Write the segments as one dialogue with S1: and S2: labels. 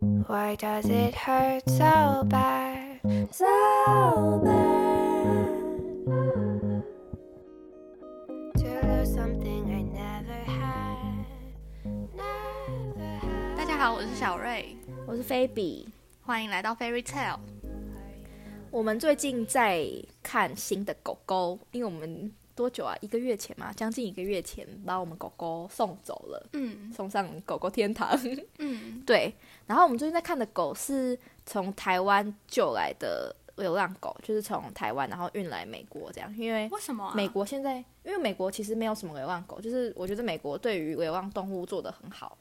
S1: Why does it hurt so bad?
S2: So bad.
S1: To lose something I never had. Never had.
S3: 大家好，我是小瑞，
S2: 我是菲比。
S3: 欢迎来到 Fairy Tale。
S2: 我们最近在看新的狗狗，因为我们多久啊？一个月前嘛，将近一个月前把我们狗狗送走了，
S3: 嗯
S2: 送上狗狗天堂。
S3: 嗯，
S2: 对，然后我们最近在看的狗是从台湾救来的流浪狗，就是从台湾然后运来美国这样，因为
S3: 为什么、啊？
S2: 美国现在，因为美国其实没有什么流浪狗，就是我觉得美国对于流浪动物做得很好，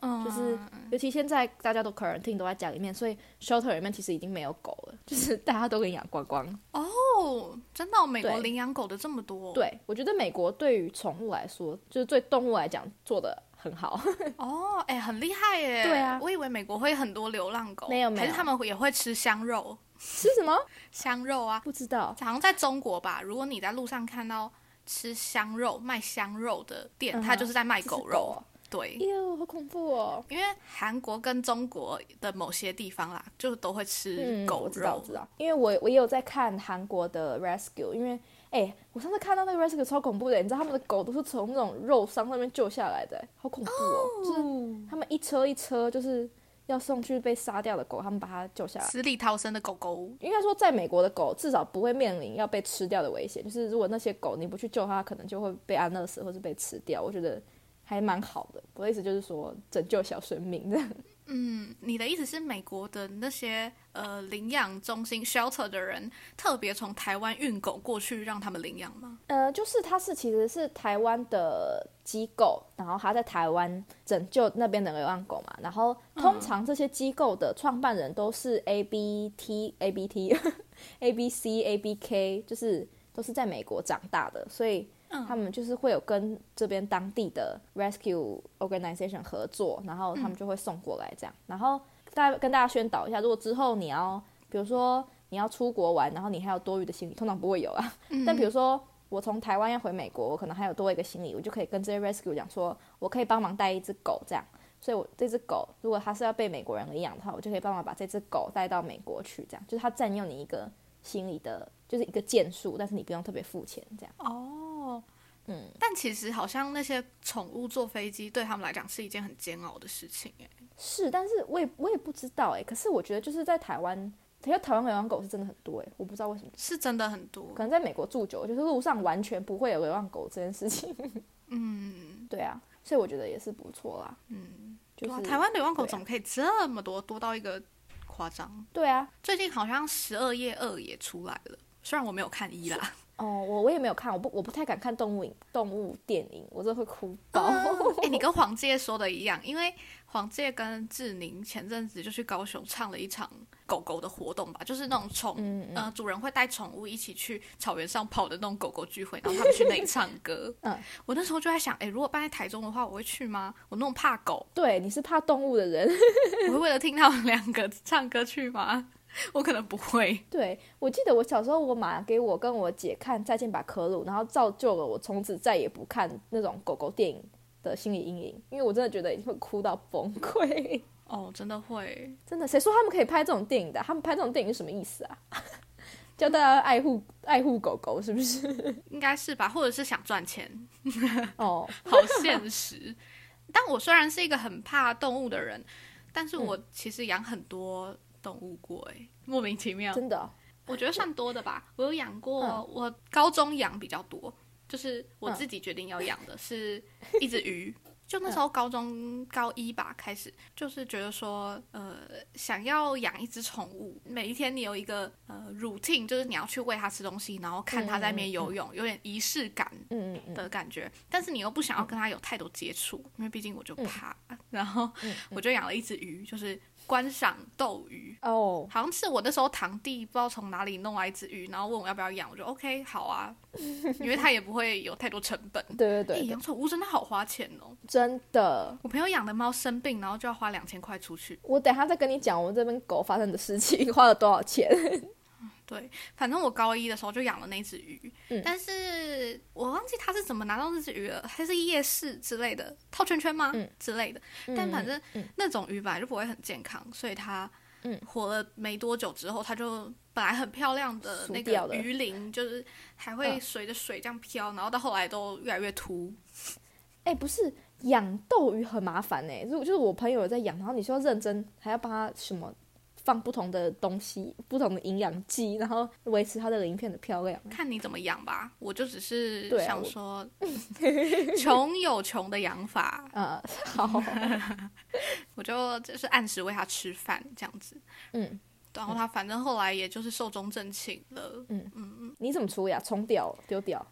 S3: 嗯
S2: 就是尤其现在大家都 quarantine 都在家里面，所以 shelter 里面其实已经没有狗了，就是 大家都给养光光。
S3: 哦，真的哦、美国
S2: 对
S3: 领养狗的这么多。
S2: 对，我觉得美国对于宠物来说，就是对动物来讲做的很好。
S3: 哦，哎、很厉害耶。
S2: 对啊
S3: 我以为美国会很多流浪狗，
S2: 没有没有
S3: 还是他们也会吃香肉，
S2: 吃什么？
S3: 香肉啊，
S2: 不知道。
S3: 好像在中国吧。如果你在路上看到吃香肉卖香肉的店，
S2: 嗯哼
S3: 它就是在卖
S2: 这是
S3: 狗肉。
S2: 哦，
S3: 对，
S2: 哟，好恐怖哦。
S3: 因为韩国跟中国的某些地方啦，就都会吃
S2: 嗯，
S3: 狗
S2: 我知道，
S3: 肉
S2: 我。知道，因为我我也有在看韩国的 Rescue，因为哎、我上次看到那个 Rescue 超恐怖的，你知道他们的狗都是从那种肉伤那边救下来的，好恐怖哦！就是
S3: 嗯
S2: 他们一车一车就是要送去被杀掉的狗，他们把它救下来。
S3: 死里逃生的狗狗，
S2: 应该说，在美国的狗至少不会面临要被吃掉的危险，就是如果那些狗你不去救它，可能就会被安乐死或是被吃掉。我觉得还蛮好的。我的意思就是说，拯救小生命这样。
S3: 嗯，你的意思是美国的那些呃领养中心 shelter 的人，特别从台湾运狗过去让他们领养吗？
S2: 呃，就是它是其实是台湾的机构，然后它在台湾拯救那边的流浪狗嘛。然后通常这些机构的创办人都是 A B T A B T A B C A B K，就是都是在美国长大的，所以
S3: 嗯
S2: 他们就是会有跟这边当地的 rescue organization 合作，然后他们就会送过来这样。然后大跟大家宣导一下，如果之后你要，比如说你要出国玩，然后你还有多余的行李，通常不会有啊。但比如说我从台湾要回美国，我可能还有多一个行李，我就可以跟这些 rescue 讲说，我可以帮忙带一只狗这样。所以我这只狗，如果它是要被美国人领养的话，我就可以帮忙把这只狗带到美国去，这样就是它占用你一个行李的，就是一个件数，但是你不用特别付钱这样。
S3: 哦，
S2: 嗯，
S3: 但其实好像那些宠物坐飞机对他们来讲是一件很煎熬的事情欸耶。
S2: 是，但是我也我也不知道哎、可是我觉得就是在台湾，因为台湾流浪狗是真的很多哎、我不知道为什么，
S3: 是真的很多
S2: 可。能在美国住久了，就是路上完全不会有流浪狗这件事情。
S3: 嗯
S2: 对啊，所以我觉得也是不错啦，
S3: 嗯，
S2: 就
S3: 哇，
S2: 是
S3: 台湾流浪狗
S2: 对啊
S3: 怎么可以这么多，多到一个夸张？
S2: 对啊，
S3: 最近好像十二夜二也出来了，虽然我没有看一啦。
S2: 哦，我我也没有看，我不我不太敢看动物影动物电影，我真的会哭爆。
S3: 哎、你跟黄介说的一样，因为黄介跟志宁前阵子就去高雄唱了一场狗狗的活动吧，就是那种宠，
S2: 嗯嗯
S3: 呃，主人会带宠物一起去草原上跑的那种狗狗聚会，然后他们去那里唱歌。
S2: 嗯，
S3: 我那时候就在想，哎、如果搬在台中的话，我会去吗？我那么怕狗，
S2: 对，你是怕动物的人。
S3: 我会为了听他们两个唱歌去吗？ 我可能不会。
S2: 对，我记得我小时候，我妈给我跟我姐看《再见吧，可鲁》，然后造就了我从此再也不看那种狗狗电影的心理阴影，因为我真的觉得会哭到崩溃。
S3: 哦，真的会，
S2: 真的，谁说他们可以拍这种电影的啊？他们拍这种电影是什么意思啊？ 叫大家爱护爱护狗狗是不是？
S3: 应该是吧，或者是想赚钱。
S2: 哦，
S3: 好现实。但我虽然是一个很怕动物的人，但
S2: 嗯
S3: 是我其实养很多动物过、欸，莫名其妙，
S2: 真的哦、
S3: 我觉得算多的吧。我有养过，
S2: 嗯
S3: 我高中养比较多，就是我
S2: 嗯
S3: 自己决定要养的是一只 鱼。就那时候高中高一吧开始，就是觉得说，呃，想要养一只宠物，每一天你有一个呃 routine，就是你要去喂它吃东西，然后看它在那边游泳，有点仪式感。
S2: 嗯嗯嗯，
S3: 的感觉，但是你又不想要跟它有太多接触，因为毕竟我就怕。 然后
S2: 嗯
S3: 我就养了一只鱼，就是观赏斗鱼，
S2: 哦，
S3: 好像是我那时候堂弟不知道从哪里弄来一只鱼，然后问我要不要养，我就 OK 好 啊，因为它也不会有太多成本。
S2: 对对
S3: 哎、
S2: 对对
S3: 养宠物真的好花钱哦！
S2: 真的，
S3: 我朋友养的猫生病，然后就要花两千块出去。
S2: 我等一下再跟你讲我这边狗发生的事情，花了多少钱。
S3: 反正我高一的时候就养了那只鱼，
S2: 嗯
S3: 但是我忘记它是怎么拿到那只鱼了，还是夜市之类的套圈圈吗？
S2: 嗯
S3: 之类的。
S2: 嗯
S3: 但反正
S2: 嗯
S3: 那种鱼本来就不会很健康，所以它
S2: 嗯
S3: 活了没多久之后，它就本来很漂亮的
S2: 熟
S3: 那
S2: 掉
S3: 个
S2: 了
S3: 鱼鳞，就是还会
S2: 嗯
S3: 随着水这样飘，然后到后来都越来越秃。
S2: 哎、不是养斗鱼很麻烦哎、如果就是我朋友有在养，然后你说认真，还要帮他什么放不同的东西、不同的营养剂，然后维持它的鳞片的漂亮。
S3: 看你怎么养吧，我就只是
S2: 嗯对啊
S3: 想
S2: 我
S3: 说，穷有穷的养法，
S2: 啊、 好，
S3: 我就就是按时喂它吃饭这样子。
S2: 嗯，
S3: 然后它反正后来也就是寿终正寝了。
S2: 嗯你怎么处理啊？冲掉、丢掉？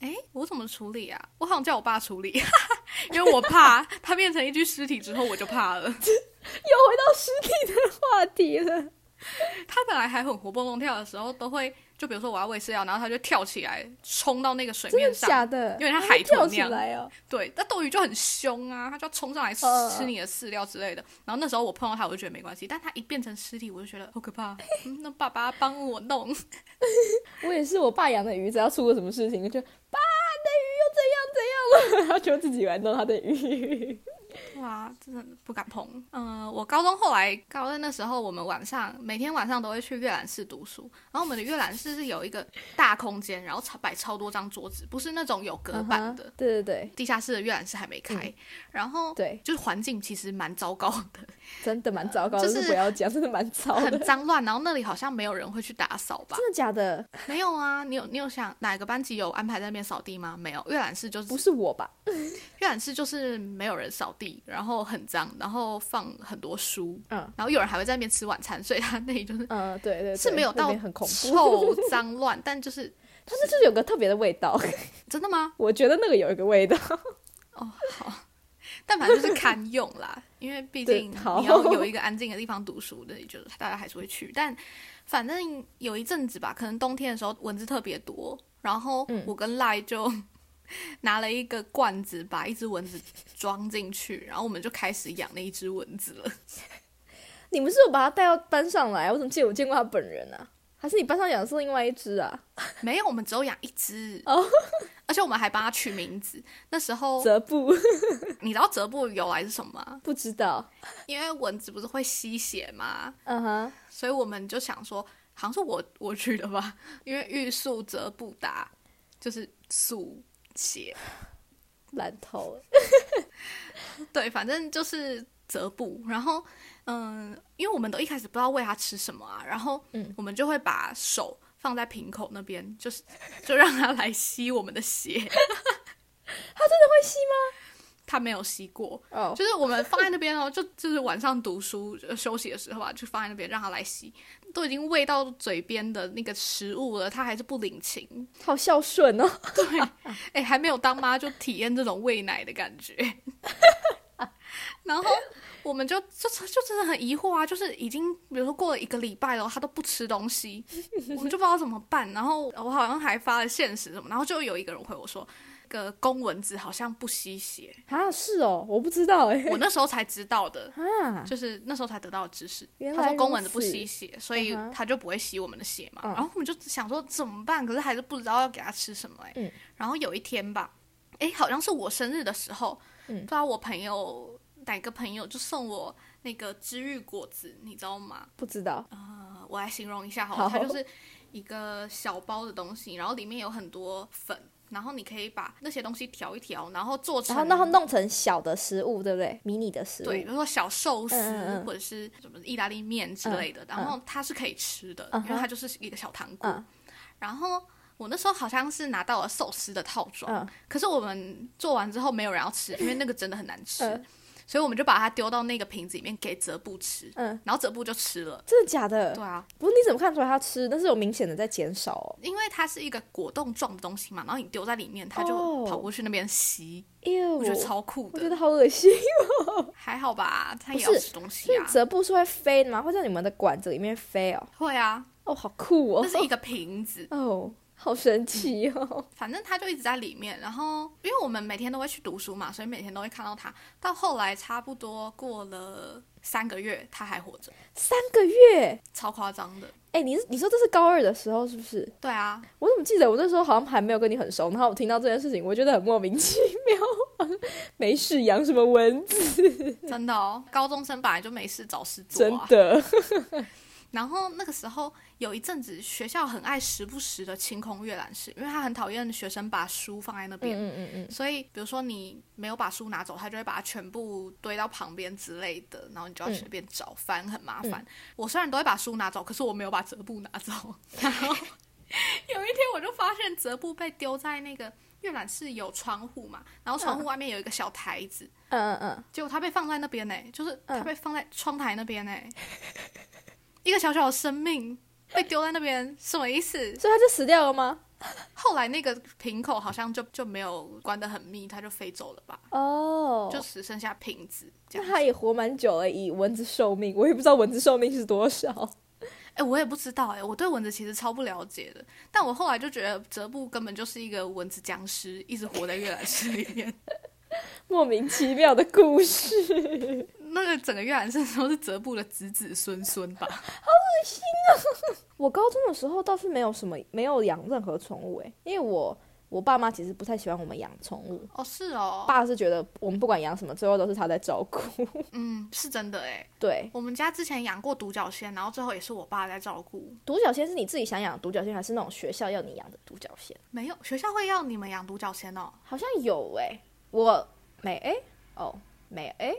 S3: 哎，我怎么处理啊？我好像叫我爸处理， 因为我怕它变成一具尸体之后，我就怕了。
S2: 又回到尸体的话题了。
S3: 它本来还很活蹦乱跳的时候，都会就比如说我要喂饲料，然后它就跳起来冲到那个水
S2: 真
S3: 面
S2: 的假
S3: 上。
S2: 的？
S3: 有点像
S2: 它
S3: 海
S2: 会
S3: 豚
S2: 跳
S3: 那
S2: 起
S3: 样
S2: 来哦。
S3: 对，那斗鱼就很凶啊，它就要冲上来吃
S2: 嗯
S3: 吃你的饲料之类的。然后那时候我碰到它，我就觉得没关系，但它一变成尸体，我就觉得好 可怕。嗯那爸爸帮我弄。
S2: 我也是，我爸养的鱼，只要出了什么事情，就爸你的鱼又怎样怎样了，然 后就自己来弄他的鱼。
S3: 哇，真的不敢碰。嗯、我高中后来高二那时候，我们晚上每天晚上都会去阅览室读书。然后我们的阅览室是有一个大空间，然后超摆超多张桌子，不是那种有隔板的。
S2: 嗯哼对对对
S3: 地下室的阅览室还没开，然后
S2: 嗯对，
S3: 就是环境其实蛮糟糕的，
S2: 真的蛮糟糕的，
S3: 呃就是
S2: 是不要讲，真的蛮糟的。
S3: 很脏乱。然后那里好像没有人会去打扫吧？
S2: 哦真的假的？
S3: 没有啊，你有你有想哪个班级有安排在那边扫地吗？没有，阅览室就是
S2: 不是我吧？
S3: 阅览室就是没有人扫地，然后很脏，然后放很多书，
S2: 嗯
S3: 然后有人还会在那边吃晚餐，所以他那里就是
S2: 嗯，对对对
S3: 是没有
S2: 那
S3: 到
S2: 边很恐怖，
S3: 臭脏乱，但就是
S2: 它那就是有个特别的味道，
S3: 真的吗？
S2: 我觉得那个有一个味道。
S3: 哦，好，但反正就是堪用 啦，因为毕竟
S2: 对好
S3: 你要有一个安静的地方读书，那里就是大家还是会去。但反正有一阵子吧，可能冬天的时候蚊子特别多，然后
S2: 嗯
S3: 我跟赖就。拿了一个罐子，把一只蚊子装进去，然后我们就开始养那一只蚊子 了。
S2: 你们是有把它带到班上来？我怎么记得我见过它本人啊？还是你班上养的是另外一只啊？
S3: 没有，我们只有养一只
S2: 哦，
S3: 而且我们还帮它取名字。那时候
S2: 泽布
S3: 你知道泽布由来是什么吗？
S2: 不知道，
S3: 因为蚊子不是会吸血吗？
S2: 嗯哼，
S3: 所以我们就想说，好像是我我取的吧， 因为欲速则不达，就是速血。
S2: 烂透了。
S3: 对，反正就是泽布。然后，嗯，因为我们都一开始不知道喂它吃什么啊，然后，
S2: 嗯
S3: 我们就会把手放在瓶口那边，就是 就让它来吸我们的血。
S2: 它真的会吸
S3: 它没有吸过，
S2: 吗？哦，
S3: 就是我们放在那边哦，就就是晚上读书呃休息的时候啊，就放在那边让它来吸，都已经喂到嘴边的那个食物了，它还是不领情。
S2: 好孝顺哦。
S3: 对，哎、还没有当妈就体验这种喂奶的感觉。 然后我们就就就真的很疑惑啊，就是已经比如说过了一个礼拜了，它都不吃东西，我们就不知道怎么办。然后我好像还发了现实什么，然后就有一个人回我说，那个公蚊子好像不吸血，
S2: 啊，是哦，我不知道哎、
S3: 我那时候才知道的。
S2: 啊，
S3: 就是那时候才得到的知识。
S2: 原
S3: 他
S2: 来
S3: 说
S2: 如
S3: 公蚊子不
S2: 此
S3: 吸血，所以
S2: 嗯哼
S3: 它就不会吸我们的血嘛。
S2: 嗯
S3: 然后我们就想说怎么办，可是还是不知道要给它吃什么哎、
S2: 嗯
S3: 然后有一天吧，哎，好像是我生日的时候，
S2: 嗯
S3: 不知道我朋友哪个朋友就送我那个治愈果子，你知道吗？
S2: 不知道，
S3: 呃，我来形容一下好了，
S2: 好
S3: 它就是一个小包的东西，然后里面有很多粉。然后你可以把那些东西调一调，然后做成
S2: 然后然后弄成小的食物，对不对？迷你的食物，
S3: 对，比如说小寿司、
S2: 嗯嗯嗯
S3: 或者是什么意大利面之类的，然后它是可以吃的，
S2: 嗯
S3: 因为
S2: 哼
S3: 它就是一个小糖果。
S2: 嗯
S3: 然后我那时候好像是拿到了寿司的套装，
S2: 嗯
S3: 可是我们做完之后没有人要吃，因为那个真的很难吃，
S2: 嗯
S3: 所以我们就把它丢到那个瓶子里面给泽布吃，
S2: 嗯，
S3: 然后泽布就吃了。
S2: 真的假的？
S3: 对啊，
S2: 不是你怎么看出来它吃？但是有明显的在减少哦。
S3: 因为它是一个果冻状的东西嘛，然后你丢在里面，它就
S2: 哦
S3: 跑过去那边吸，
S2: 哎呦，
S3: 我觉得超酷
S2: 我觉
S3: 的。
S2: 得好恶心。
S3: 还好吧，它也
S2: 不
S3: 要
S2: 是
S3: 吃东西
S2: 所
S3: 啊
S2: 以。泽布是会飞的吗？会在你们的管子里面飞哦？
S3: 会啊，
S2: 哦，好酷哦
S3: 那！是一个瓶子，
S2: 哦，好神奇哦！
S3: 反正他就一直在里面。然后，因为我们每天都会去读书嘛，所以每天都会看到他。到后来差不多过了三个月，他还活着，
S2: 三个月，
S3: 超夸张的。
S2: 哎、你是你说这是高二的时候是不是？
S3: 对啊，
S2: 我怎么记得我那时候好像还没有跟你很熟，然后我听到这件事情，我觉得很莫名其妙， 没事养什么蚊子，
S3: 真的哦，高中生本来就没事找事做
S2: 真
S3: 啊。
S2: 的。
S3: 然后那个时候有一阵子，学校很爱时不时的清空阅览室，因为他很讨厌学生把书放在那边。
S2: 嗯嗯嗯，
S3: 所以，比如说你没有把书拿走，他就会把它全部堆到旁边之类的，然后你就要随便找翻，很麻烦。我虽然都会把书拿走，可是我没有把折布拿走。然后有一天我就发现折布被丢在那个阅览室有窗户嘛，然后窗户外面有一个小台子，
S2: 嗯嗯嗯，
S3: 结果它被放在那边呢、就是它
S2: 嗯
S3: 被放在窗台那边呢、欸一个小小的生命被丢在那边，什么意思？
S2: 所以它就死掉了吗？
S3: 后来那个瓶口好像就就没有关得很密，它就飞走了吧？
S2: 哦，
S3: 就只剩下瓶子这
S2: 那
S3: 样。
S2: 它也活蛮久了，以蚊子寿命，我也不知道蚊子寿命是多少。
S3: 哎、我也不知道哎、我对蚊子其实超不了解的。但我后来就觉得泽布根本就是一个蚊子僵尸，一直活在阅览室里面。
S2: 莫名其妙的故事，
S3: 那个整个阅览室都是泽布的子子孙孙吧？
S2: 我高中的时候倒是没有什么，没有养任何宠物诶、因为我我爸妈其实不太喜欢我们养宠物，
S3: 哦，是哦，
S2: 爸是觉得我们不管养什么，最后都是他在照顾。
S3: 嗯，是真的哎、
S2: 对，
S3: 我们家之前养过独角仙，然后最后也是我爸在照顾。
S2: 独角仙是你自己想养的独角仙，还是那种学校要你养的独角仙？
S3: 没有，学校会要你们养独角仙哦？
S2: 好像有诶、我没诶、哦没诶、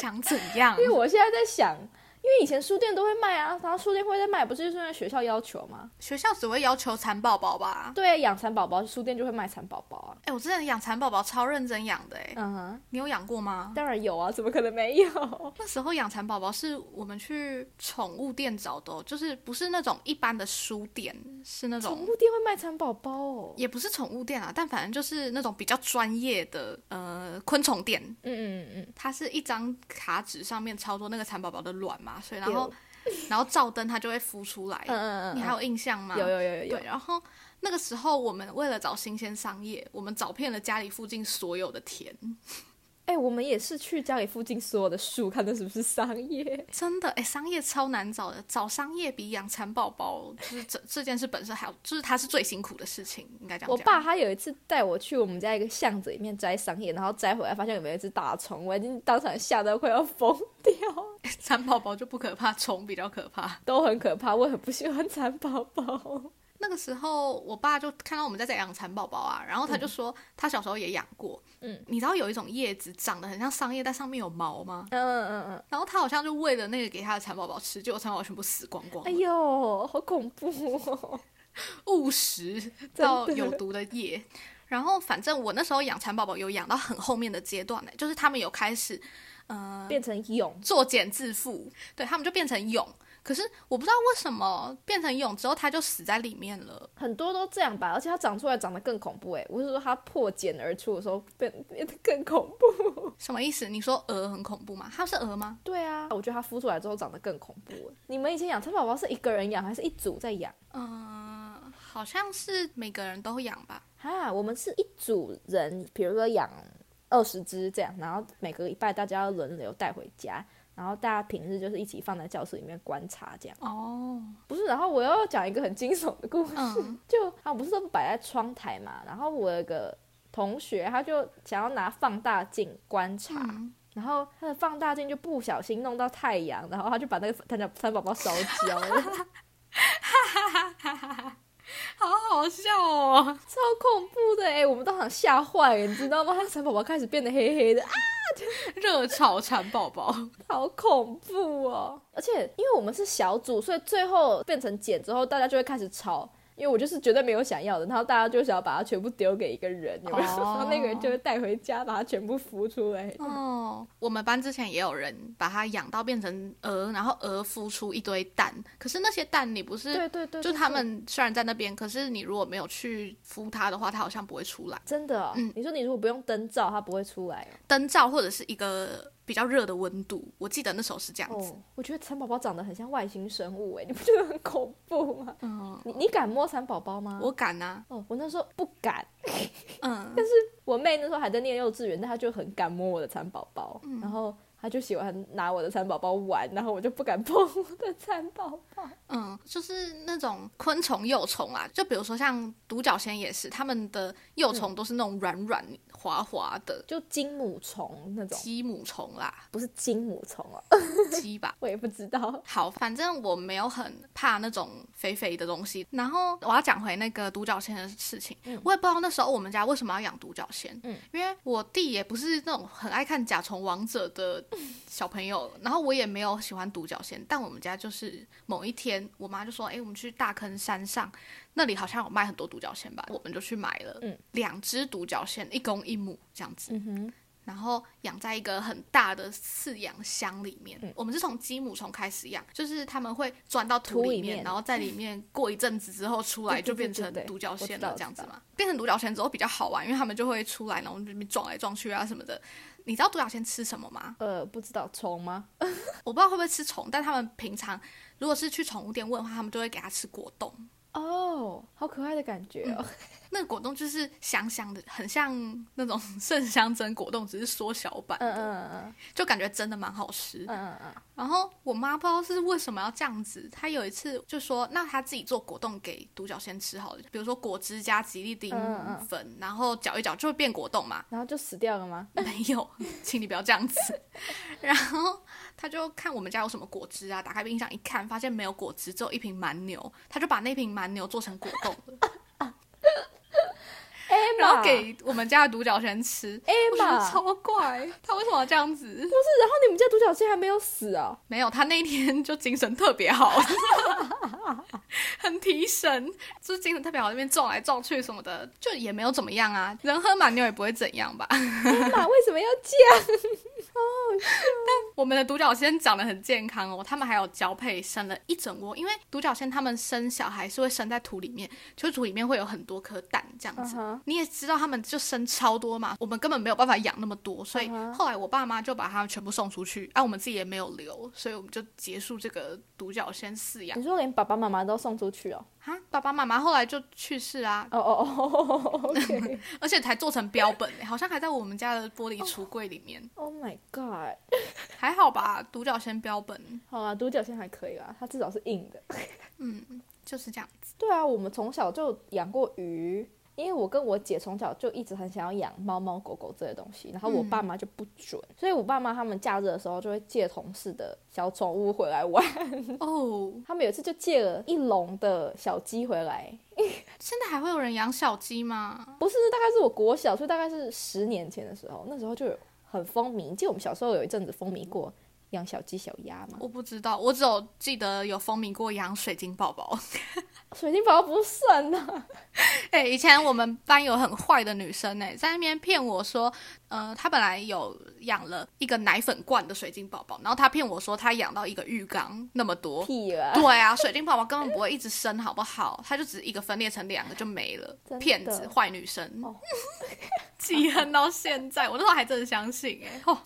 S3: 想怎样
S2: 因？为我现在在想，因为以前书店都会卖啊，然后书店会在卖，不是就是因为学校要求吗？
S3: 学校只会要求蚕宝宝吧？
S2: 对，养蚕宝宝，书店就会卖蚕宝宝啊。
S3: 哎、我之前养蚕宝宝超认真养的哎、
S2: 嗯哼，
S3: 你有养过吗？
S2: 当然有啊，怎么可能没 有？
S3: 那时候养蚕宝宝是我们去宠物店找的哦、就是不是那种一般的书店，是那
S2: 宠
S3: 种
S2: 物店会卖蚕宝宝哦。
S3: 也不是宠物店啊，但反正就是那种比较专业的呃昆虫店。
S2: 嗯嗯嗯嗯，
S3: 它是一张卡纸上面操作那个蚕宝宝的卵嘛，所以然
S2: 对
S3: 后然后照灯它就会孵出来。
S2: 嗯嗯嗯，
S3: 你还有印象吗？
S2: 有有有有有
S3: 对，，然后那个时候我们为了找新鲜桑叶，我们找遍了家里附近所有的田，
S2: 哎、我们也是去家里附近所有的树看它是不是桑叶。
S3: 真的，哎，桑叶超难找的，找桑叶比养蚕宝宝就是这这件事本身还有，就是它是最辛苦的事情，应该这样
S2: 我
S3: 讲。
S2: 爸他有一次带我去我们家一个巷子里面摘桑叶，然后摘回来发现里面有一只大虫，我已经当场吓得快要疯掉，
S3: 蚕宝宝就不可怕，虫比较可怕。
S2: 都很可怕。我很不喜欢蚕宝宝。
S3: 那个时候，我爸就看到我们在在养蚕宝宝啊，然后他就说、他小时候也养过，
S2: 嗯，
S3: 你知道有一种叶子长得很像桑叶，但上面有毛吗？
S2: 嗯嗯嗯嗯。
S3: 然后他好像就为了那个给他的蚕宝宝吃，结果蚕宝宝全部死光光了，
S2: 哎呦，好恐怖哦！
S3: 误 食到有毒的液。然后反正我那时候养蚕宝宝有养到很后面的阶段呢，就是他们有开始，呃，
S2: 变成蛹，
S3: 作茧自缚，对他们就变成蛹。可是我不知道为什么变成蛹之后，它就死在里面了。
S2: 很多都这样吧，而且它长出来长得更恐怖哎！我是说它破茧而出的时候变变得更恐怖。
S3: 什么意思？你说蛾很恐怖吗？它是蛾吗？
S2: 对啊，我觉得它孵出来之后长得更恐怖哎。你们以前养蚕宝宝是一个人养还是一组在养？
S3: 嗯、好像是每个人都养吧。
S2: 哈，我们是一组人，比如说养二十只这样，然后每个礼拜大家要轮流带回家，然后大家平日就是一起放在教室里面观察这样。
S3: 哦，
S2: 不是，然后我又要讲一个很惊悚的故事，
S3: 嗯
S2: 就啊，不是都摆在窗台嘛，然后我有一个同学，他就想要拿放大镜观察，
S3: 嗯，
S2: 然后他的放大镜就不小心弄到太阳，然后他就把那个他的蚕宝宝烧焦了，
S3: 好好笑哦。
S2: 超恐怖的哎、我们当场吓坏了，你知道吗？他的蚕宝宝开始变得黑黑的，啊，
S3: 热炒蚕宝宝，
S2: 好恐怖哦！而且因为我们是小组，所以最后变成茧之后，大家就会开始吵。因为我就是绝对没有想要的，然后大家就想要把它全部丢给一个人，有没有？
S3: 哦
S2: 然后那个人就会带回家，把它全部孵出来。
S3: 哦，我们班之前也有人把它养到变成蛾，然后蛾孵出一堆蛋。可是那些蛋你不
S2: 对
S3: 是，
S2: 对对，对
S3: 就他
S2: 对
S3: 们虽然在那边，可是你如果没有去孵它的话，它好像不会出来。
S2: 嗯真的哦、你说你如果不用灯罩，它不会出来哦。
S3: 灯罩或者是一个，比比较热的温度。我记得那时候是这样子。
S2: 哦，我觉得蚕宝宝长得很像外星生物，哎，你不觉得很恐怖吗？
S3: 嗯，
S2: 你你敢摸蚕宝宝吗？
S3: 我敢啊，
S2: 哦，我那时候不敢，
S3: 嗯，
S2: 我妹那时候还在念幼稚园，但她就很敢摸我的蚕宝宝，然后她就喜欢拿我的蚕宝宝玩，然后我就不敢碰我的蚕宝宝。
S3: 嗯，就是那种昆虫幼虫啊，就比如说像独角仙也是，它们的幼虫都是那种软软滑滑的
S2: 就金母虫那种，，
S3: 鸡母虫啦
S2: 不是金母虫哦，
S3: 鸡吧。
S2: 我也不知道。
S3: 好，反正我没有很怕那种肥肥的东西。然后我要讲回那个独角仙的事情，我也不知道那时候我们家为什么要养独角仙，
S2: 嗯
S3: 因为我弟也不是那种很爱看《甲虫王者》的小朋友，然后我也没有喜欢独角仙，但我们家就是某一天，我妈就说：“哎、我们去大坑山上，那里好像有卖很多独角仙吧？”我们就去买了，
S2: 嗯
S3: 两只独角仙，一公一母这样子。
S2: 嗯哼，
S3: 然后养在一个很大的饲养箱里面。
S2: 嗯
S3: 我们是从鸡母虫开始养，就是他们会钻到土
S2: 土里
S3: 里面，
S2: 面
S3: 然后在里面过一阵子之后出来，
S2: 对对
S3: 就变
S2: 对
S3: 成
S2: 对对
S3: 独角
S2: 我
S3: 仙
S2: 知道
S3: 了，
S2: 我
S3: 这样子
S2: 知道
S3: 嘛。变成独角仙之后比较好玩，因为他们就会出来，然后这边撞来撞去啊什么的。你知道独角仙吃什么吗？
S2: 呃，不知道虫吗？
S3: 我不知道会不会吃虫，但他们平常如果是去宠物店问的话，他们就会给它吃果冻。
S2: 哦，好可爱的感觉哦。
S3: 那个果冻就是香香的，很像那种 圣香珍果冻，只是缩小版
S2: 嗯
S3: 的，
S2: 嗯嗯
S3: 就感觉真的蛮好吃。
S2: 嗯嗯嗯
S3: 然后我妈不知道是为什么要这样子，她有一次就说，那她自己做果冻给独角仙吃好了，比如说果汁加吉利丁
S2: 嗯嗯嗯
S3: 粉，然后搅一搅就会变果冻嘛。
S2: 然后就死掉了吗？
S3: 没有， 请你不要这样子。 然后她就看我们家有什么果汁啊，打开冰箱一看，发现没有果汁，只有一瓶蛮牛，她就把那瓶蛮牛做成果冻了，
S2: 哎
S3: 然后给我们家的独角仙吃。
S2: 哎
S3: 我觉得
S2: 妈，
S3: 超怪，她为什么要这样子？
S2: 然后你们家独角仙还没有死 哦。
S3: 没有，他那一天就精神特别好， 很提神，就是精神特别好，那边撞来撞去什么的，就也没有怎么样啊。人喝满牛也不会怎样吧？
S2: 哎妈，为什么要这样？
S3: 我们的独角仙长得很健康哦，他们还有交配，生了一整窝。因为独角仙他们生小孩是会生在土里面，就是土里面会有很多颗蛋这样
S2: 嗯
S3: 子。
S2: 哼
S3: 你也知道他们就生超多嘛，我们根本没有办法养那么多，所以
S2: 嗯哼
S3: 后来我爸妈就把他们全部送出去，啊，我们自己也没有留，所以我们就结束这个独角仙饲养
S2: 你。说连爸爸妈妈都送出去哦？
S3: 啊，爸爸妈妈后来就去世啊，
S2: 哦哦哦 ，OK。
S3: 而且才做成标本、欸，好像还在我们家的玻璃橱柜里面，
S2: Oh my god！
S3: 还好吧？独角仙标本
S2: 好啊，独角仙还可以啦，它至少是硬的。
S3: 嗯就是这样子。
S2: 对啊，我们从小就养过鱼，因为我跟我姐从小就一直很想要养猫猫狗狗这些东西，然后我
S3: 嗯
S2: 爸妈就不准，所以我爸妈他们假日的时候就会借同事的小宠物回来玩。
S3: 哦，
S2: 他们有一次就借了一笼的小鸡回来，
S3: 现在还会有人养小鸡吗？
S2: 不是，大概是我国小，所以大概是十年前的时候，那时候就有很风靡，记得我们小时候有一阵子风靡过养小鸡小鸭嘛。
S3: 我不知道，我只有记得有风靡过养水晶宝 宝。
S2: 水晶宝宝不算呐、
S3: 哎、以前我们班有很坏的女生呢、欸在那边骗我说，呃，她本来有养了一个奶粉罐的水晶宝宝，然后她骗我说她养到一个浴缸那么多。
S2: 屁啦！
S3: 对啊，水晶宝宝根本不会一直生，好不好？它就只是一个分裂成两个就没了
S2: 真的，
S3: 骗子、坏女生
S2: 哦，
S3: 记恨到现在。我那时候还真的相信哎、哦，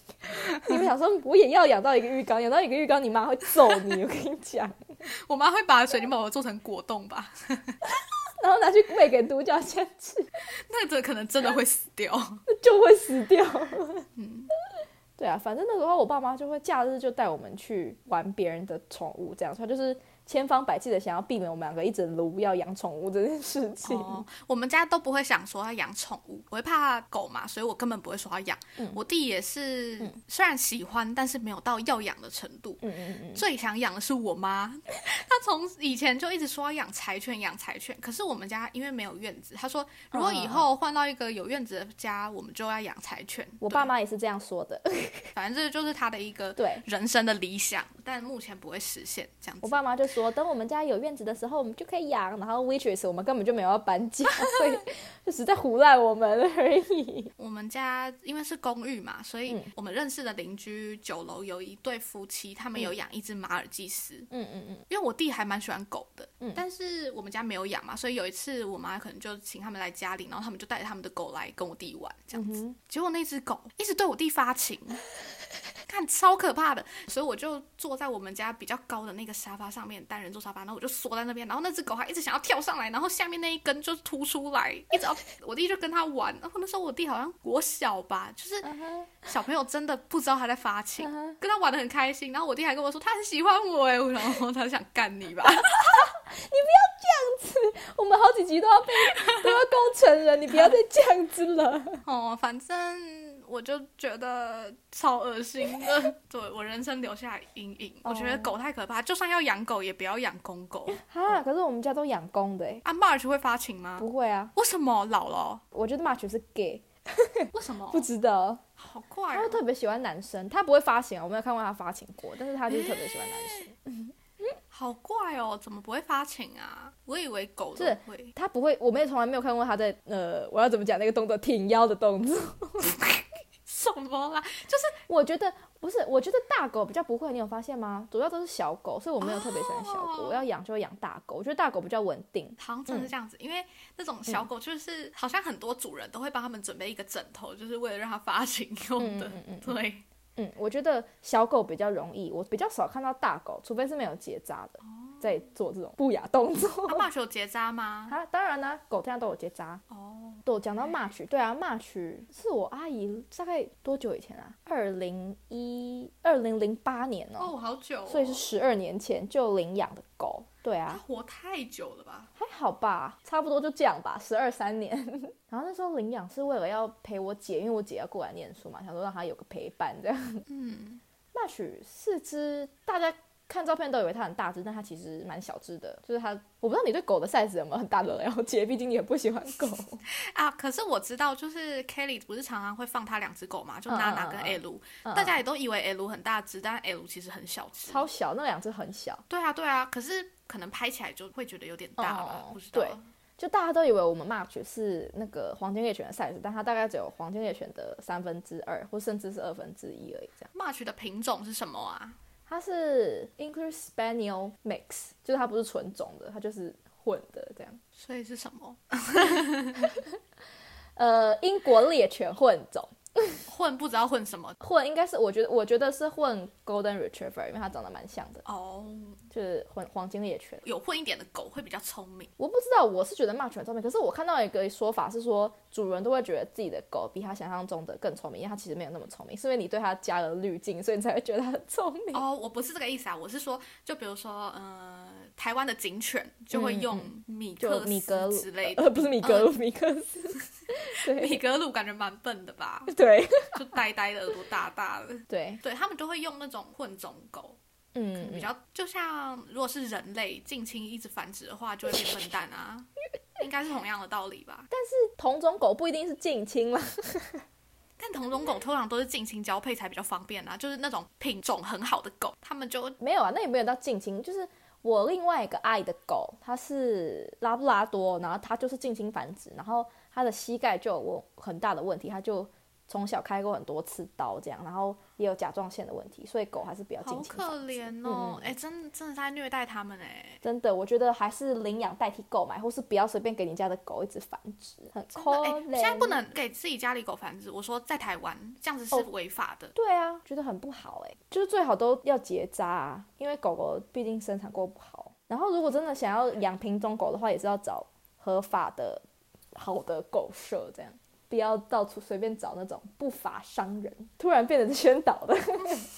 S2: 你们想说，我也要养到一个浴缸，养到一个浴缸，你妈会揍你，我跟你讲。
S3: 我妈会把水晶宝宝做成果冻吧？
S2: 然后拿去喂给独角仙吃，
S3: 那个可能真的会死 掉。
S2: 就会死掉。对啊，反正那时候我爸妈就会假日就带我们去玩别人的宠物，这样，所以他就是千方百计的想要避免我们两个一直撸要养宠物这件事情。
S3: 哦，我们家都不会想说要养宠物，我会怕狗嘛，所以我根本不会说要养。
S2: 嗯
S3: 我弟也是，虽然喜欢，但是没有到要养的程度。
S2: 嗯嗯嗯，
S3: 最想养的是我妈， 她从以前就一直说要养柴犬，养柴犬。可是我们家因为没有院子，她说如果以后换到一个有院子的家，我们就要养柴犬。
S2: 我
S3: 对
S2: 爸，妈也是这样说的。
S3: 反正这就是她的一个
S2: 对
S3: 人生的理想，但目前不会实现这样
S2: 我
S3: 子。
S2: 爸妈就说，等我们家有院子的时候，我们就可以养。然后 witches 我们根本就没有要搬家，所 以就实在胡赖我们而已。
S3: 我们家因为是公寓嘛，所以
S2: 嗯
S3: 我们认识的邻居九楼有一对夫妻，他们有养一只马尔济斯。
S2: 嗯嗯嗯，
S3: 因为我弟还蛮喜欢狗的，
S2: 嗯
S3: 但是我们家没有养嘛，所以有一次我妈可能就请他们来家里，然后他们就带着他们的狗来跟我弟玩，这样子。
S2: 嗯哼
S3: 结果那只狗一直对我弟发情，看 看超可怕的，所以我就坐在我们家比较高的那个沙发上面，单人坐沙发，然后我就缩在那边，然后那只狗还一直想要跳上来，然后下面那一根就凸出来，一直要我弟就跟它玩，然后那时候我弟好像国小吧，就是
S2: 嗯哼
S3: 小朋友真的不知道他在发情
S2: 嗯，哼
S3: 跟他玩的很开心，然后我弟还跟我说他很喜欢 我哎，然后他想干你吧，
S2: 我们好几集都要被 都要攻成人，你不要再这样子了。
S3: 哦，反正我就觉得超恶心的， 对我人生留下阴影。我觉得
S2: 哦
S3: 狗太可怕，就算要养狗，也不要养公 狗。
S2: 哈，可是我们家都养公的、欸，
S3: 啊，March 会发情吗？
S2: 不会啊。
S3: 为什么老了哦？
S2: 我觉得 March 是 gay，
S3: 为什么
S2: 不知道，
S3: 好怪
S2: 他会
S3: 哦！
S2: 特别喜欢男生，他不会发情啊，我没有看过他发情过，但是他就是特别喜欢男生。
S3: 好怪哦！怎么不会发情啊？我以为狗都
S2: 是
S3: 会。
S2: 他不会，我们也从来没有看过他在呃，我要怎么讲那个动作，挺腰的动作。
S3: 什么啦？
S2: 我觉得不是，我觉得大狗比较不会，你有发现吗？主要都是小狗，所以我没有特别喜欢小狗。
S3: 哦
S2: 我要养就会养大狗，我觉得大狗比较稳定。
S3: 好像真的是这样子，因为那种
S2: 嗯
S3: 小狗就是好像很多主人都会帮他们准备一个枕头，就是为了让它发情用
S2: 嗯
S3: 的。
S2: 嗯嗯嗯，
S3: 对，
S2: 嗯，我觉得小狗比较容易，我比较少看到大狗，除非是没有结扎的，在做这种不雅动作。
S3: 啊，March 有结扎吗？
S2: 啊，当然啦、狗现在都有结扎。
S3: 哦，
S2: 对，讲到 March，对啊，March 是我阿姨大概多久以前啊？二零一二零零八年哦，
S3: 哦，好久哦。
S2: 所以是十二年前就领养的狗。对
S3: 他
S2: 啊，
S3: 活太久了吧？
S2: 还好吧，差不多就这样吧，十二三年。 然后那时候领养是为了要陪我姐，因为我姐要过来念书嘛，想说让她有个陪伴这样。
S3: 嗯，
S2: Match 是只大家看照片都以为它很大只，但它其实蛮小只的。就是它，我不知道你对狗的 size 有没有很大的了解，毕竟你也不喜欢狗。嗯
S3: 啊，可是我知道，就是 Kelly 不是常常会放他两只狗嘛，就
S2: 嗯嗯
S3: 娜娜跟
S2: 嗯
S3: L，、
S2: 嗯
S3: 大家也都以为 L 很大只，但 L 其实很小只。
S2: 超小，那两只很小，
S3: 对啊，对啊，可是可能拍起来就会觉得有点大吧，
S2: 哦
S3: 不知道。
S2: 对就大家都以为我们 Match 是那个黄金猎犬的 size，但它大概只有黄金猎犬的三分之二，或甚至是二分之一而已这样。
S3: March 的品种是什么啊？
S2: 它是 English Spaniel mix，就是它不是纯种的，它就是混的这样。
S3: 所以是什么？
S2: 呃，英国猎犬混种，
S3: 混不知道混什么
S2: 混应该是我觉得我觉得是混 Golden Retriever，因为它长得蛮像的，
S3: 哦。
S2: 就是混黄金猎犬。
S3: 有混一点的狗会比较聪明
S2: 我不知道，我是觉得 Match 很聪明，可是我看到一个说法是说，主人都会觉得自己的狗比他想象中的更聪明，因为它其实没有那么聪明，是因为你对它加了滤镜，所以你才会觉得它很聪明。
S3: 哦。我不是这个意思啊，我是说，就比如说，呃，台湾的警犬就会
S2: 嗯
S3: 用米
S2: 就
S3: 克
S2: 米格鲁
S3: 斯之类的，嗯
S2: 呃，不是米格鲁，米克斯，
S3: 米
S2: 对
S3: 格鲁感觉蛮笨的吧？
S2: 对
S3: 就呆呆的，耳朵大大的。
S2: 对，
S3: 对他们就会用那种混种狗，
S2: 嗯，
S3: 比较就像如果是人类近亲一直繁殖的话，就会变笨蛋啊， 应该是同样的道理吧。但
S2: 同种狗不一定是近亲啦，
S3: 但同种狗通常都是近亲交配才比较方便啊，就是那种品种很好的狗，他们就
S2: 没有啊，那也没有到近亲，就是我另外一个阿姨的狗，它是拉布拉多，然后它就是近亲繁殖，然后它的膝盖就有很大的问题，它就从小开过很多次刀这样，然后也有甲状腺的问题，所以狗还是比较近
S3: 好
S2: 亲繁殖
S3: 可怜
S2: 嗯
S3: 哦
S2: 嗯。
S3: 哎、真的真的在虐待他们哎、
S2: 真的，我觉得还是领养代替购买，或是不要随便给你家的狗一直繁殖，很可
S3: 真的哎、
S2: 怜。
S3: 现在不能给自己家里狗繁殖。我说在台湾这样子是
S2: 哦
S3: 违法的。
S2: 对啊，觉得很不好哎、就是最好都要结扎啊，因为狗狗毕竟生产过不好。然后如果真的想要养品种狗的话，也是要找合法的、好的狗舍，这样不要到处随便找那种不法商人。突然变得是宣导的，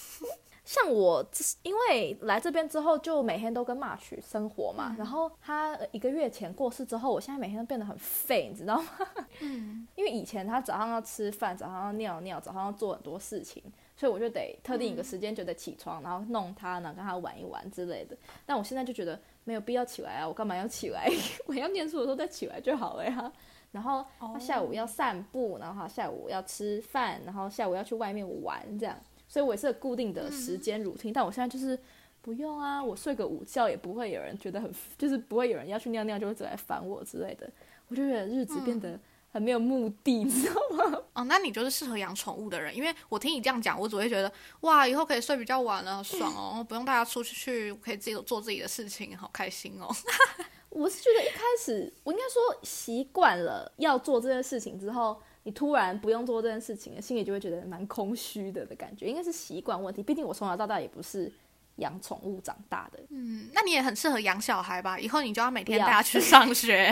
S2: 像我之，因为来这边之后就每天都跟马去生活嘛，然后他一个月前过世之后，我现在每天都变得很废，你知道吗？
S3: 嗯，
S2: 因为以前他早上要吃饭，早上要尿尿，早上要做很多事情，所以我就得特定一个时间就得起床，然后弄他，然后跟他玩一玩之类的。但我现在就觉得没有必要起来啊，我干嘛要起来？ 我要念书的时候再起来就好了呀。然后他下午要散步，然后他下午要吃饭，然后下午要去外面玩，这样。所以我也是有固定的时间 routine，、但我现在就是不用啊，我睡个午觉也不会有人觉得很， 就是不会有人要去尿尿就会走来烦我之类的。我就觉得日子变得很没有目的，你知道 吗？
S3: 哦，那你就是适合养宠物的人，因为我听你这样讲，我只会觉得哇，以后可以睡比较晚了，好爽哦，不用大家出去去，可以自己做自己的事情，好开心哦。
S2: 我是觉得一开始我应该说习惯了要做这件事情之后，你突然不用做这件事情了，心里就会觉得蛮空虚的的感觉，应该是习惯问题。毕竟我从小到大也不是养宠物长大的，
S3: 嗯，那你也很适合养小孩吧？以后你就要每天
S2: 不要
S3: 带他 去上学，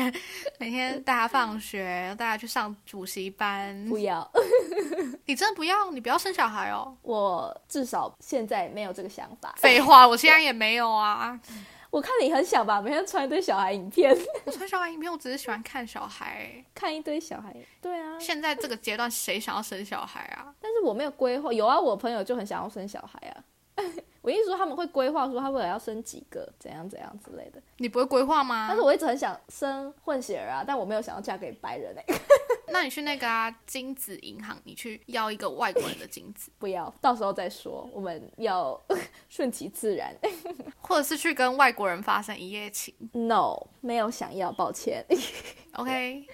S3: 每天带他放学，带他去上补习班。
S2: 不要，
S3: 你真的不要，你不要生小孩哦。
S2: 我至少现在没有这个想法。
S3: 废话，我现在也没有啊。
S2: 我看你很想吧，每天传一堆小孩影片，
S3: 我从小孩影片，我只是喜欢看小孩。欸
S2: 看一堆小孩，对啊，
S3: 现在这个阶段，谁想要生小孩啊？
S2: 但是我没有规划，有啊，我朋友就很想要生小孩啊。 我一直说他们会规划说他未来要生几个，怎样怎样之类的。
S3: 你不会规划吗？
S2: 但是我一直很想生混血儿啊，但我没有想要嫁给白人哎、
S3: 那你去那个啊精子银行，你去要一个外国人的精子，
S2: 不要，到时候再说，我们要 顺其自然。
S3: 或者是去跟外国人发生一夜情。
S2: No，没有想要，抱歉。
S3: OK，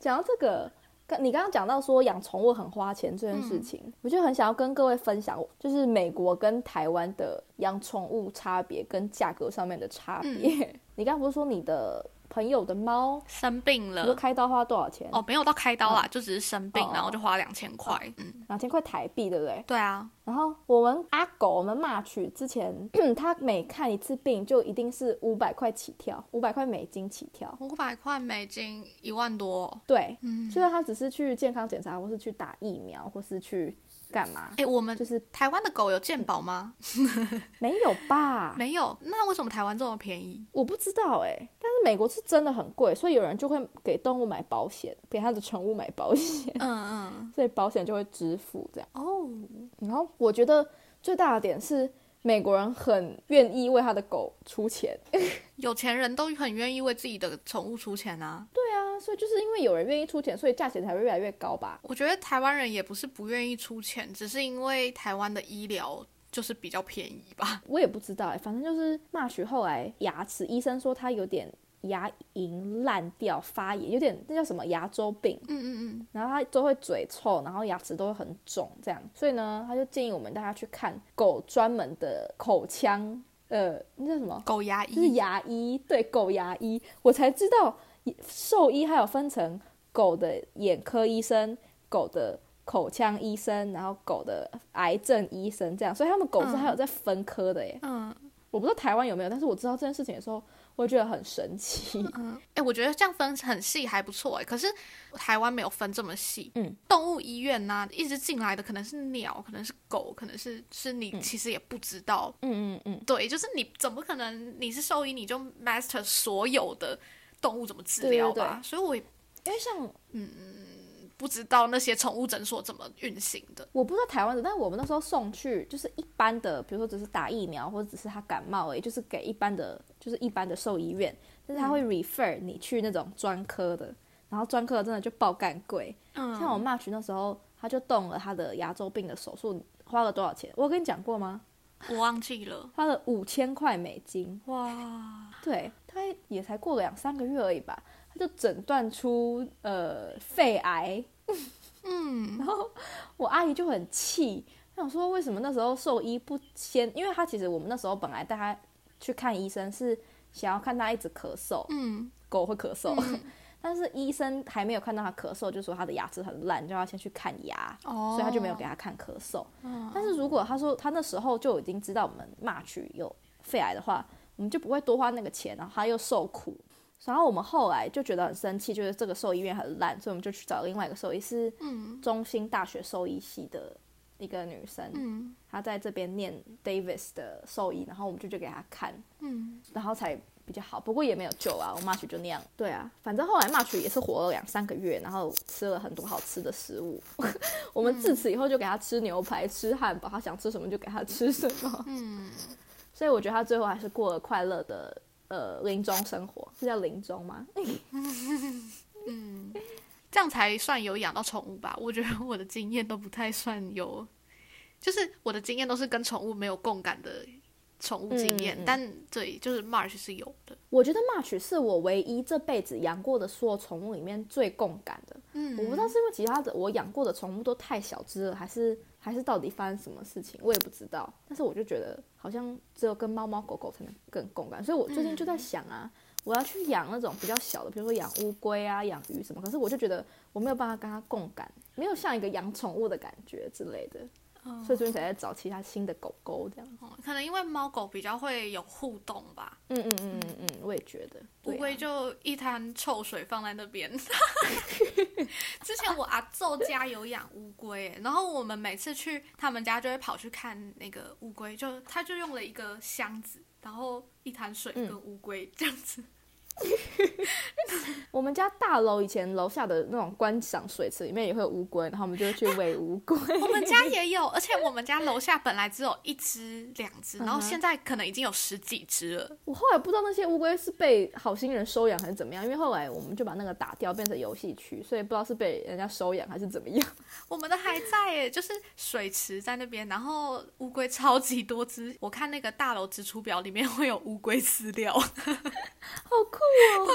S2: 讲到这个，刚你刚刚讲到说养宠物很花钱这件事情，我就很想要跟各位分享，就是美国跟台湾的养宠物差别跟价格上面的差别。 你刚刚不是说你的朋友的猫，
S3: 生病
S2: 你说
S3: 了。
S2: 开刀花多少钱？
S3: 呃哦，没有到开刀啦，就只是生病
S2: 哦，
S3: 然后就花两千块。嗯，
S2: 两千块台币，对不对？
S3: 对啊，
S2: 然后我们阿狗，我们骂去之前， 他每看一次病就一定是五百块起跳，五百块美金起跳。
S3: 五百块美金，一万多。
S2: 对，
S3: 嗯，
S2: 就是他只是去健康检查，或是去打疫苗，或是去干嘛，
S3: 哎，我们
S2: 就是嗯
S3: 台湾的狗有健保吗？
S2: 没有吧？
S3: 没有，那为什么台湾这么便宜？
S2: 我不知道哎、但是美国是真的很贵，所以有人就会给动物买保险，给他的宠物买保险，
S3: 嗯嗯，
S2: 所以保险就会支付这样。
S3: 哦，
S2: 然后我觉得最大的点是，美国人很愿意为他的狗出钱。
S3: 有钱人都很愿意为自己的宠物出钱啊。
S2: 对啊，所以就是因为有人愿意出钱，所以价钱才会越来越高吧。
S3: 我觉得台湾人也不是不愿意出钱，只是因为台湾的医疗就是比较便宜吧。
S2: 我也不知道哎、反正就是骂许后来牙齿，医生说他有点牙龈烂掉、发炎，有点那叫什么牙周病，
S3: 嗯嗯嗯，
S2: 然后他都会嘴臭，然后牙齿都会很肿这样，所以呢，他就建议我们带他去看狗专门的口腔，呃，那叫什么？
S3: 狗牙
S2: 就是
S3: 医。
S2: 牙医，对，狗牙医，我才知道兽医还有分成狗的眼科医生、狗的口腔医生，然后狗的癌症医生这样，所以他们狗是还有在分科的耶。
S3: 嗯
S2: 我不知道台湾有没有，但是我知道这件事情的时候，我觉得很神奇。
S3: 嗯，哎、我觉得这样分很细还不错哎、可是台湾没有分这么细。
S2: 嗯，
S3: 动物医院呐、一直进来的可能是鸟，可能是狗，可能是是你其实也不知道。
S2: 嗯嗯嗯，
S3: 对，就是你怎么可能你是兽医你就 master 所有的动物怎么治
S2: 对对
S3: 疗
S2: 对
S3: 吧？所以我也
S2: 因为像
S3: 不知道那些宠物诊所怎么运行的。
S2: 我不知道台湾的，但我们那时候送去就是一般的，比如说只是打疫苗或者只是他感冒而已，就是给一般的，就是一般的兽医院，但是他会 refer 你去那种专科的，然后专科的真的就爆干贵。
S3: 嗯，
S2: 像我妈去那时候，她就动了她的牙周病的手术，花了多少钱？我有跟你讲过吗？
S3: 我忘记了。
S2: 花了五千块美金。
S3: 哇，
S2: 对，他也才过了两三个月而已吧，他就诊断出呃肺癌。
S3: 嗯，
S2: 我阿姨就很气，她想说为什么那时候兽医不先？因为他其实我们那时候本来带他去看医生是想要看他一直咳嗽，
S3: 嗯，
S2: 狗会咳嗽， 但是医生还没有看到他咳嗽，就说他的牙齿很烂，就要先去看牙。
S3: 哦，
S2: 所以他就没有给他看咳嗽。但是如果他说他那时候就已经知道我们骂去有肺癌的话，我们就不会多花那个钱，然后他又受苦。然后我们后来就觉得很生气，就是这个兽医院很烂，所以我们就去找另外一个兽医，是
S3: 嗯
S2: 中兴大学兽医系的一个女生，
S3: 嗯
S2: 她在这边念 Davis 的兽医，然后我们就去给她看，
S3: 嗯，
S2: 然后才比较好。不过也没有救啊，我 March 就那样。对啊，反正后来 March 也是活了两三个月，然后吃了很多好吃的食物。 我们自此以后就给他吃牛排、吃汉堡，他想吃什么就给他吃什么。嗯，所以我觉得他最后还是过了快乐的呃临终生活，是叫临终吗？
S3: 这样才算有养到宠物吧？我觉得我的经验都不太算有，就是我的经验都是跟宠物没有共感的宠物经
S2: 嗯
S3: 验，
S2: 嗯嗯
S3: 但对，就是 March 是有的。
S2: 我觉得 March 是我唯一这辈子养过的所有宠物里面最共感的。
S3: 嗯
S2: 我不知道是因为其他的我养过的宠物都太小只了，还是还是到底发生什么事情，我也不知
S3: 嗯
S2: 道。但是我就觉得好像只有跟猫猫狗狗才能更共感，所以我最近就在想啊，我要去养那种比较小的，比如说养乌龟啊、养鱼什么。可是我就觉得我没有办法跟它共感，没有像一个养宠物的感觉之类的，
S3: 嗯
S2: 所以最近才在找其他新的狗狗这样。
S3: 哦可能因为猫狗比较会有互动吧，
S2: 嗯嗯嗯嗯嗯，我也觉得。
S3: 乌
S2: 对啊
S3: 龟就一滩臭水放在那 边。之前我阿昼家有养乌龟耶，然后我们每次去他们家就会跑去看那个乌龟，就他就用了一个箱子，然后一滩水
S2: 嗯
S3: 跟乌龟这样子。
S2: 啊我们家大楼以前楼下的那种观赏水池里面也会有乌龟，然后我们就会去喂乌龟。
S3: 我们家也有，而且我们家楼下本来只有一 只、两只，然后
S2: 嗯哼
S3: 现在可能已经有十几只了。
S2: 我后来不知道那些乌龟是被好心人收养还是怎么样，因为后来我们就把那个打掉，变成游戏区，所以不知道是被人家收养还是怎么样。
S3: 我们的还在耶，就是水池在那边，然后乌龟超级多只。我看那个大楼支出表里面会有乌龟饲料，
S2: 好酷哦！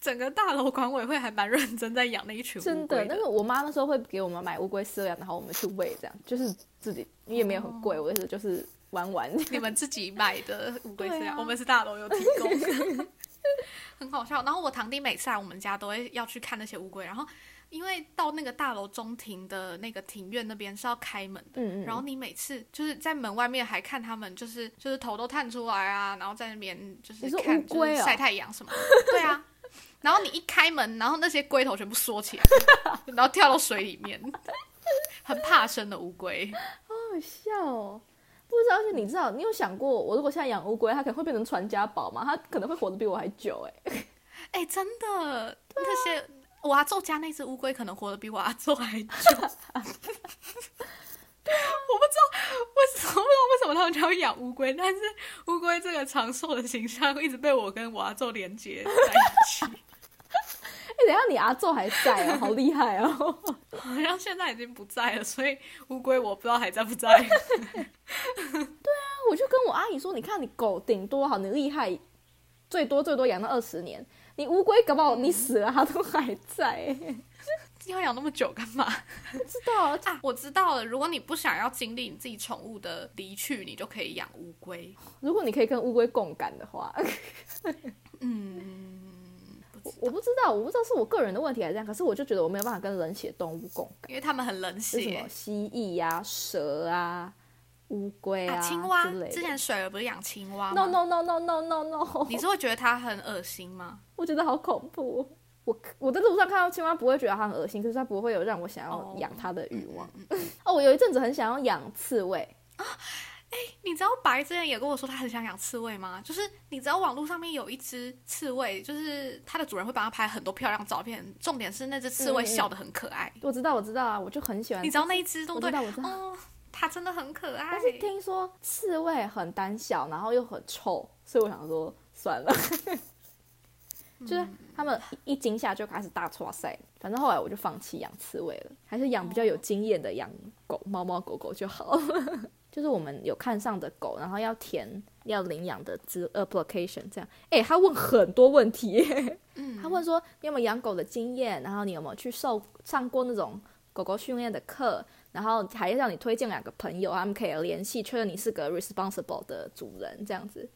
S3: 整个大楼管委会还蛮认真在养那一群乌
S2: 真
S3: 龟
S2: 的，那个我妈那时候会给我们买乌龟饲料，然后我们去喂，这样就是自己也没有很贵，我也是就是玩玩。
S3: 你们自己买的乌龟饲
S2: 对
S3: 料，
S2: 啊
S3: 我们是大楼有提供，很好笑。然后我堂弟每次来我们家都会要去看那些乌龟，然后因为到那个大楼中庭的那个庭院那边是要开门的。
S2: 嗯嗯，
S3: 然后你每次就是在门外面还看他们，就是就是头都探出来啊，然后在那边就
S2: 你
S3: 是
S2: 说
S3: 看
S2: 乌龟哦
S3: 就是晒太阳什么的，对啊。 然后你一开门，然后那些龟头全部缩起来，然后跳到水里面，很怕生的乌龟。
S2: 好笑哦。不知道，而且你知道，你有想过，我如果现在养乌龟，它可能会变成传家宝吗？它可能会活得比我还久哎、
S3: 哎、真的，那些我阿昼家那只乌龟可能活得比我阿昼还久。 啊我不知道为什么，不知道为什么他们就要养乌龟，但是乌龟这个长寿的形象一直被我跟我阿昼连接在一起，
S2: 哎、等一下你阿昼还在哦，好厉害哦！
S3: 好像现在已经不在了，所以乌龟我不知道还在不在。
S2: 我就跟我阿姨说，你看你狗顶多好，你厉害，最多最多养到二十年，你乌龟搞不好你死了它都还在、欸。
S3: 要养那么久干嘛
S2: 不知道，
S3: 啊？我知道了，如果你不想要经历你自己宠物的离去，你就可以养乌龟。
S2: 如果你可以跟乌龟共感的话，
S3: 嗯，不知
S2: 我不知道，我不知道是我个人的问题还是这样，可是我就觉得我没有办法跟冷血动物共感，
S3: 因为他们很冷
S2: 就是什
S3: 血
S2: 么。蜥蜴呀、蛇啊、乌龟
S3: 啊，青蛙
S2: 之类的。
S3: 之前水儿不是养青蛙吗
S2: no no no no no no no，
S3: 你是会觉得它很恶心吗？
S2: 我觉得好恐怖哦。我我在路上看到青蛙，不会觉得它很恶心，可是它不会有让我想要
S3: 哦
S2: 养它的欲望。哦，我有一阵子很想要养刺猬，
S3: 你知道白之前也跟我说他很想养刺猬吗？就是你知道网络上面有一只刺猬，就是它的主人会帮它拍很多漂亮照片，重点是那只刺猬
S2: 嗯嗯嗯
S3: 笑得很可爱。
S2: 我知道我知道啊，我就很喜欢
S3: 你。知道那一只对
S2: 我
S3: 不
S2: 知
S3: 对？
S2: 道我知道，
S3: 哦，它真的很可爱
S2: 但。是听说刺猬很胆小，然后又很臭，所以我想说算了。 就是
S3: 嗯
S2: 他们一惊吓就开始大唰塞，反正后来我就放弃养刺猬了，还是养比较
S3: 哦
S2: 有经验的养狗、猫猫狗狗就好 了。就是我们有看上的狗，然后要填要领养的资呃 application 这样。哎、他问很多问题耶
S3: 嗯
S2: 他问说你有没有养狗的经验，然后你有没有去受上过那种狗狗训练的课，然后还让你推荐两个朋友，他们可以联系，确认你是个 responsible 的主人，这样子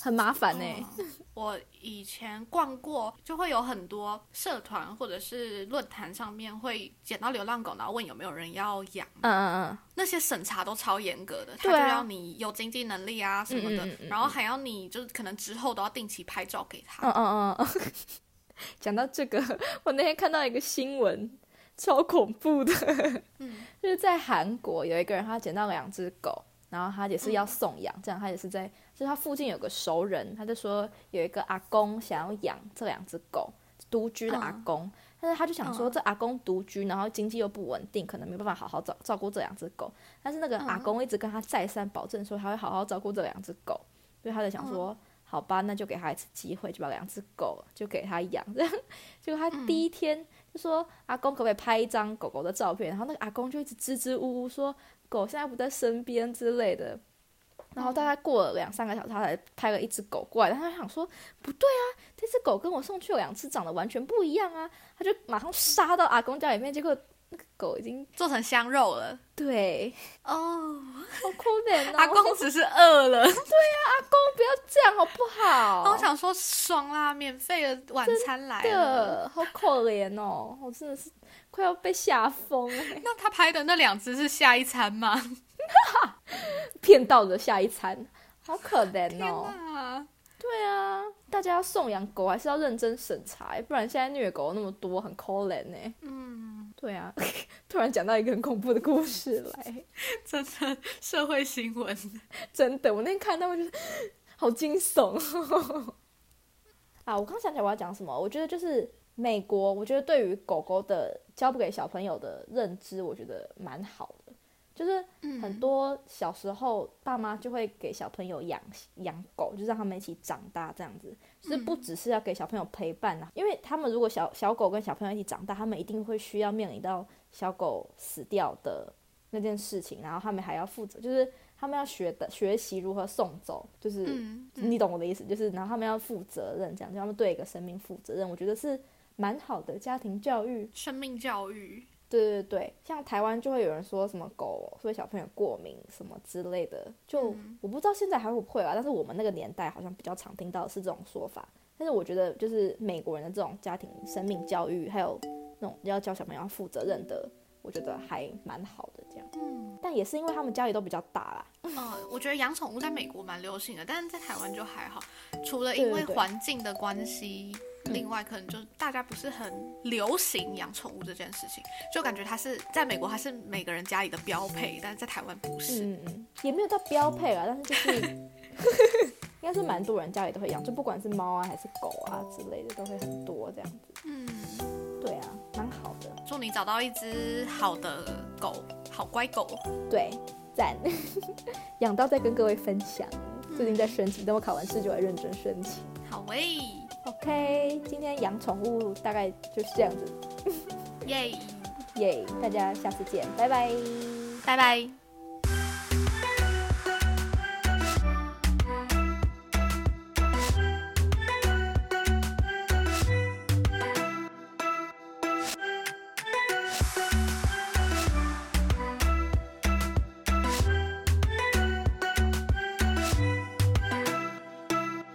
S2: 很麻烦呢、
S3: 嗯我以前逛过，就会有很多社团或者是论坛上面会捡到流浪狗，然后问有没有人要养。
S2: 嗯嗯嗯，
S3: 那些审查都超严格的，他
S2: 对
S3: 就
S2: 啊
S3: 要你有经济能力啊什么的，
S2: 嗯嗯嗯嗯
S3: 然后还要你就是可能之后都要定期拍照给他。
S2: 嗯嗯嗯嗯。 讲到这个，我那天看到一个新闻，超恐怖的。
S3: 嗯
S2: 就是在韩国有一个人，他捡到两只狗，然后他也是要送养，这样他也是在，就是他附近有个熟人，他就说有一个阿公想要养这两只狗，独居的阿公，但是他就想说
S3: 嗯
S2: 这阿公独居，然后经济又不稳定，可能没办法好好照照顾这两只狗，但是那个阿公一直跟他再三保证说他会好好照顾这两只狗，所以他就想说。好吧，那就给他一次机会，就把两只狗就给他养。这样， 结果他第一天就说：“阿公可不可以拍一张狗狗的照片？”然后那个阿公就一直支支吾吾说：“狗现在不在身边之类的。”然后大概过了两三个小时，他才拍了一只狗过来。然后他想说：“不对啊，这只狗跟我送去两次长得完全不一样啊！”他就马上杀到阿公家里面，结果那个狗已经
S3: 做成香肉了
S2: 对，
S3: 哦，
S2: 好可怜哦！
S3: 阿公只是饿了，
S2: 不要这样好不好？
S3: 然后我想说爽啦，免费的晚餐来了。
S2: 的，好可怜哦！我真的 是快要被吓疯哎，
S3: 那他拍的那两只是下一餐吗？
S2: 骗到的下一餐，好可
S3: 天
S2: 怜哦。
S3: 哪！
S2: 对啊，大家要送养狗还是要认真审查欸，不然现在虐狗那么多，很可怜呢。
S3: 嗯，
S2: 对啊， 突然讲到一个很恐怖的故事来，
S3: 真的社会新闻。
S2: 真的，我那天看到我就是好惊悚 哦啊！我刚想起来我要讲什么，我觉得就是美国，我觉得对于狗狗的教不给小朋友的认知，我觉得蛮好的，就是
S3: 嗯，
S2: 很多小时候爸妈就会给小朋友养养狗，就让他们一起长大这样子，就是不
S3: 嗯
S2: 只是要给小朋友陪伴啊，因为他们如果小小狗跟小朋友一起长大，他们一定会需要面临到小狗死掉的那件事情，然后他们还要负责，就是他们要学的学习如何送走，就是、
S3: 嗯，嗯
S2: 你懂我的意思，就是然后他们要负责任，这样就他们对一个生命负责任，我觉得是蛮好的家庭教育。
S3: 生命教育，
S2: 对对对，像台湾就会有人说什么狗会小朋友过敏什么之类的，就、
S3: 嗯
S2: 我不知道现在还会不会吧，但是我们那个年代好像比较常听到的是这种说法。但是我觉得就是美国人的这种家庭生命教育，还有那种要教小朋友要负责任的，我觉得还蛮好的这样。
S3: 嗯，
S2: 但也是因为他们家里都比较大啦，
S3: 呃，我觉得养宠物在美国蛮流行的，但是在台湾就还好，除了因
S2: 对
S3: 为
S2: 对对
S3: 环境的关系，
S2: 嗯
S3: 另外可能就是大家不是很流行养宠物这件事情，就感觉它是在美国它是每个人家里的标配，但是在台湾不是。
S2: 嗯嗯，也没有到标配啦，但是就是 应该是蛮多人家里都会养，就不管是猫啊还是狗啊之类的，都会很多这样子。
S3: 嗯，
S2: 对啊，蛮好的。
S3: 祝你找到一只好的狗，好乖狗。
S2: 对，赞，养到再跟各位分享。最近在申请，等我考完试就来认真申请。
S3: 好喂，
S2: OK，今天养宠物大概就是这样子，
S3: 耶，
S2: 耶、大家下次见，拜拜。
S3: 拜拜。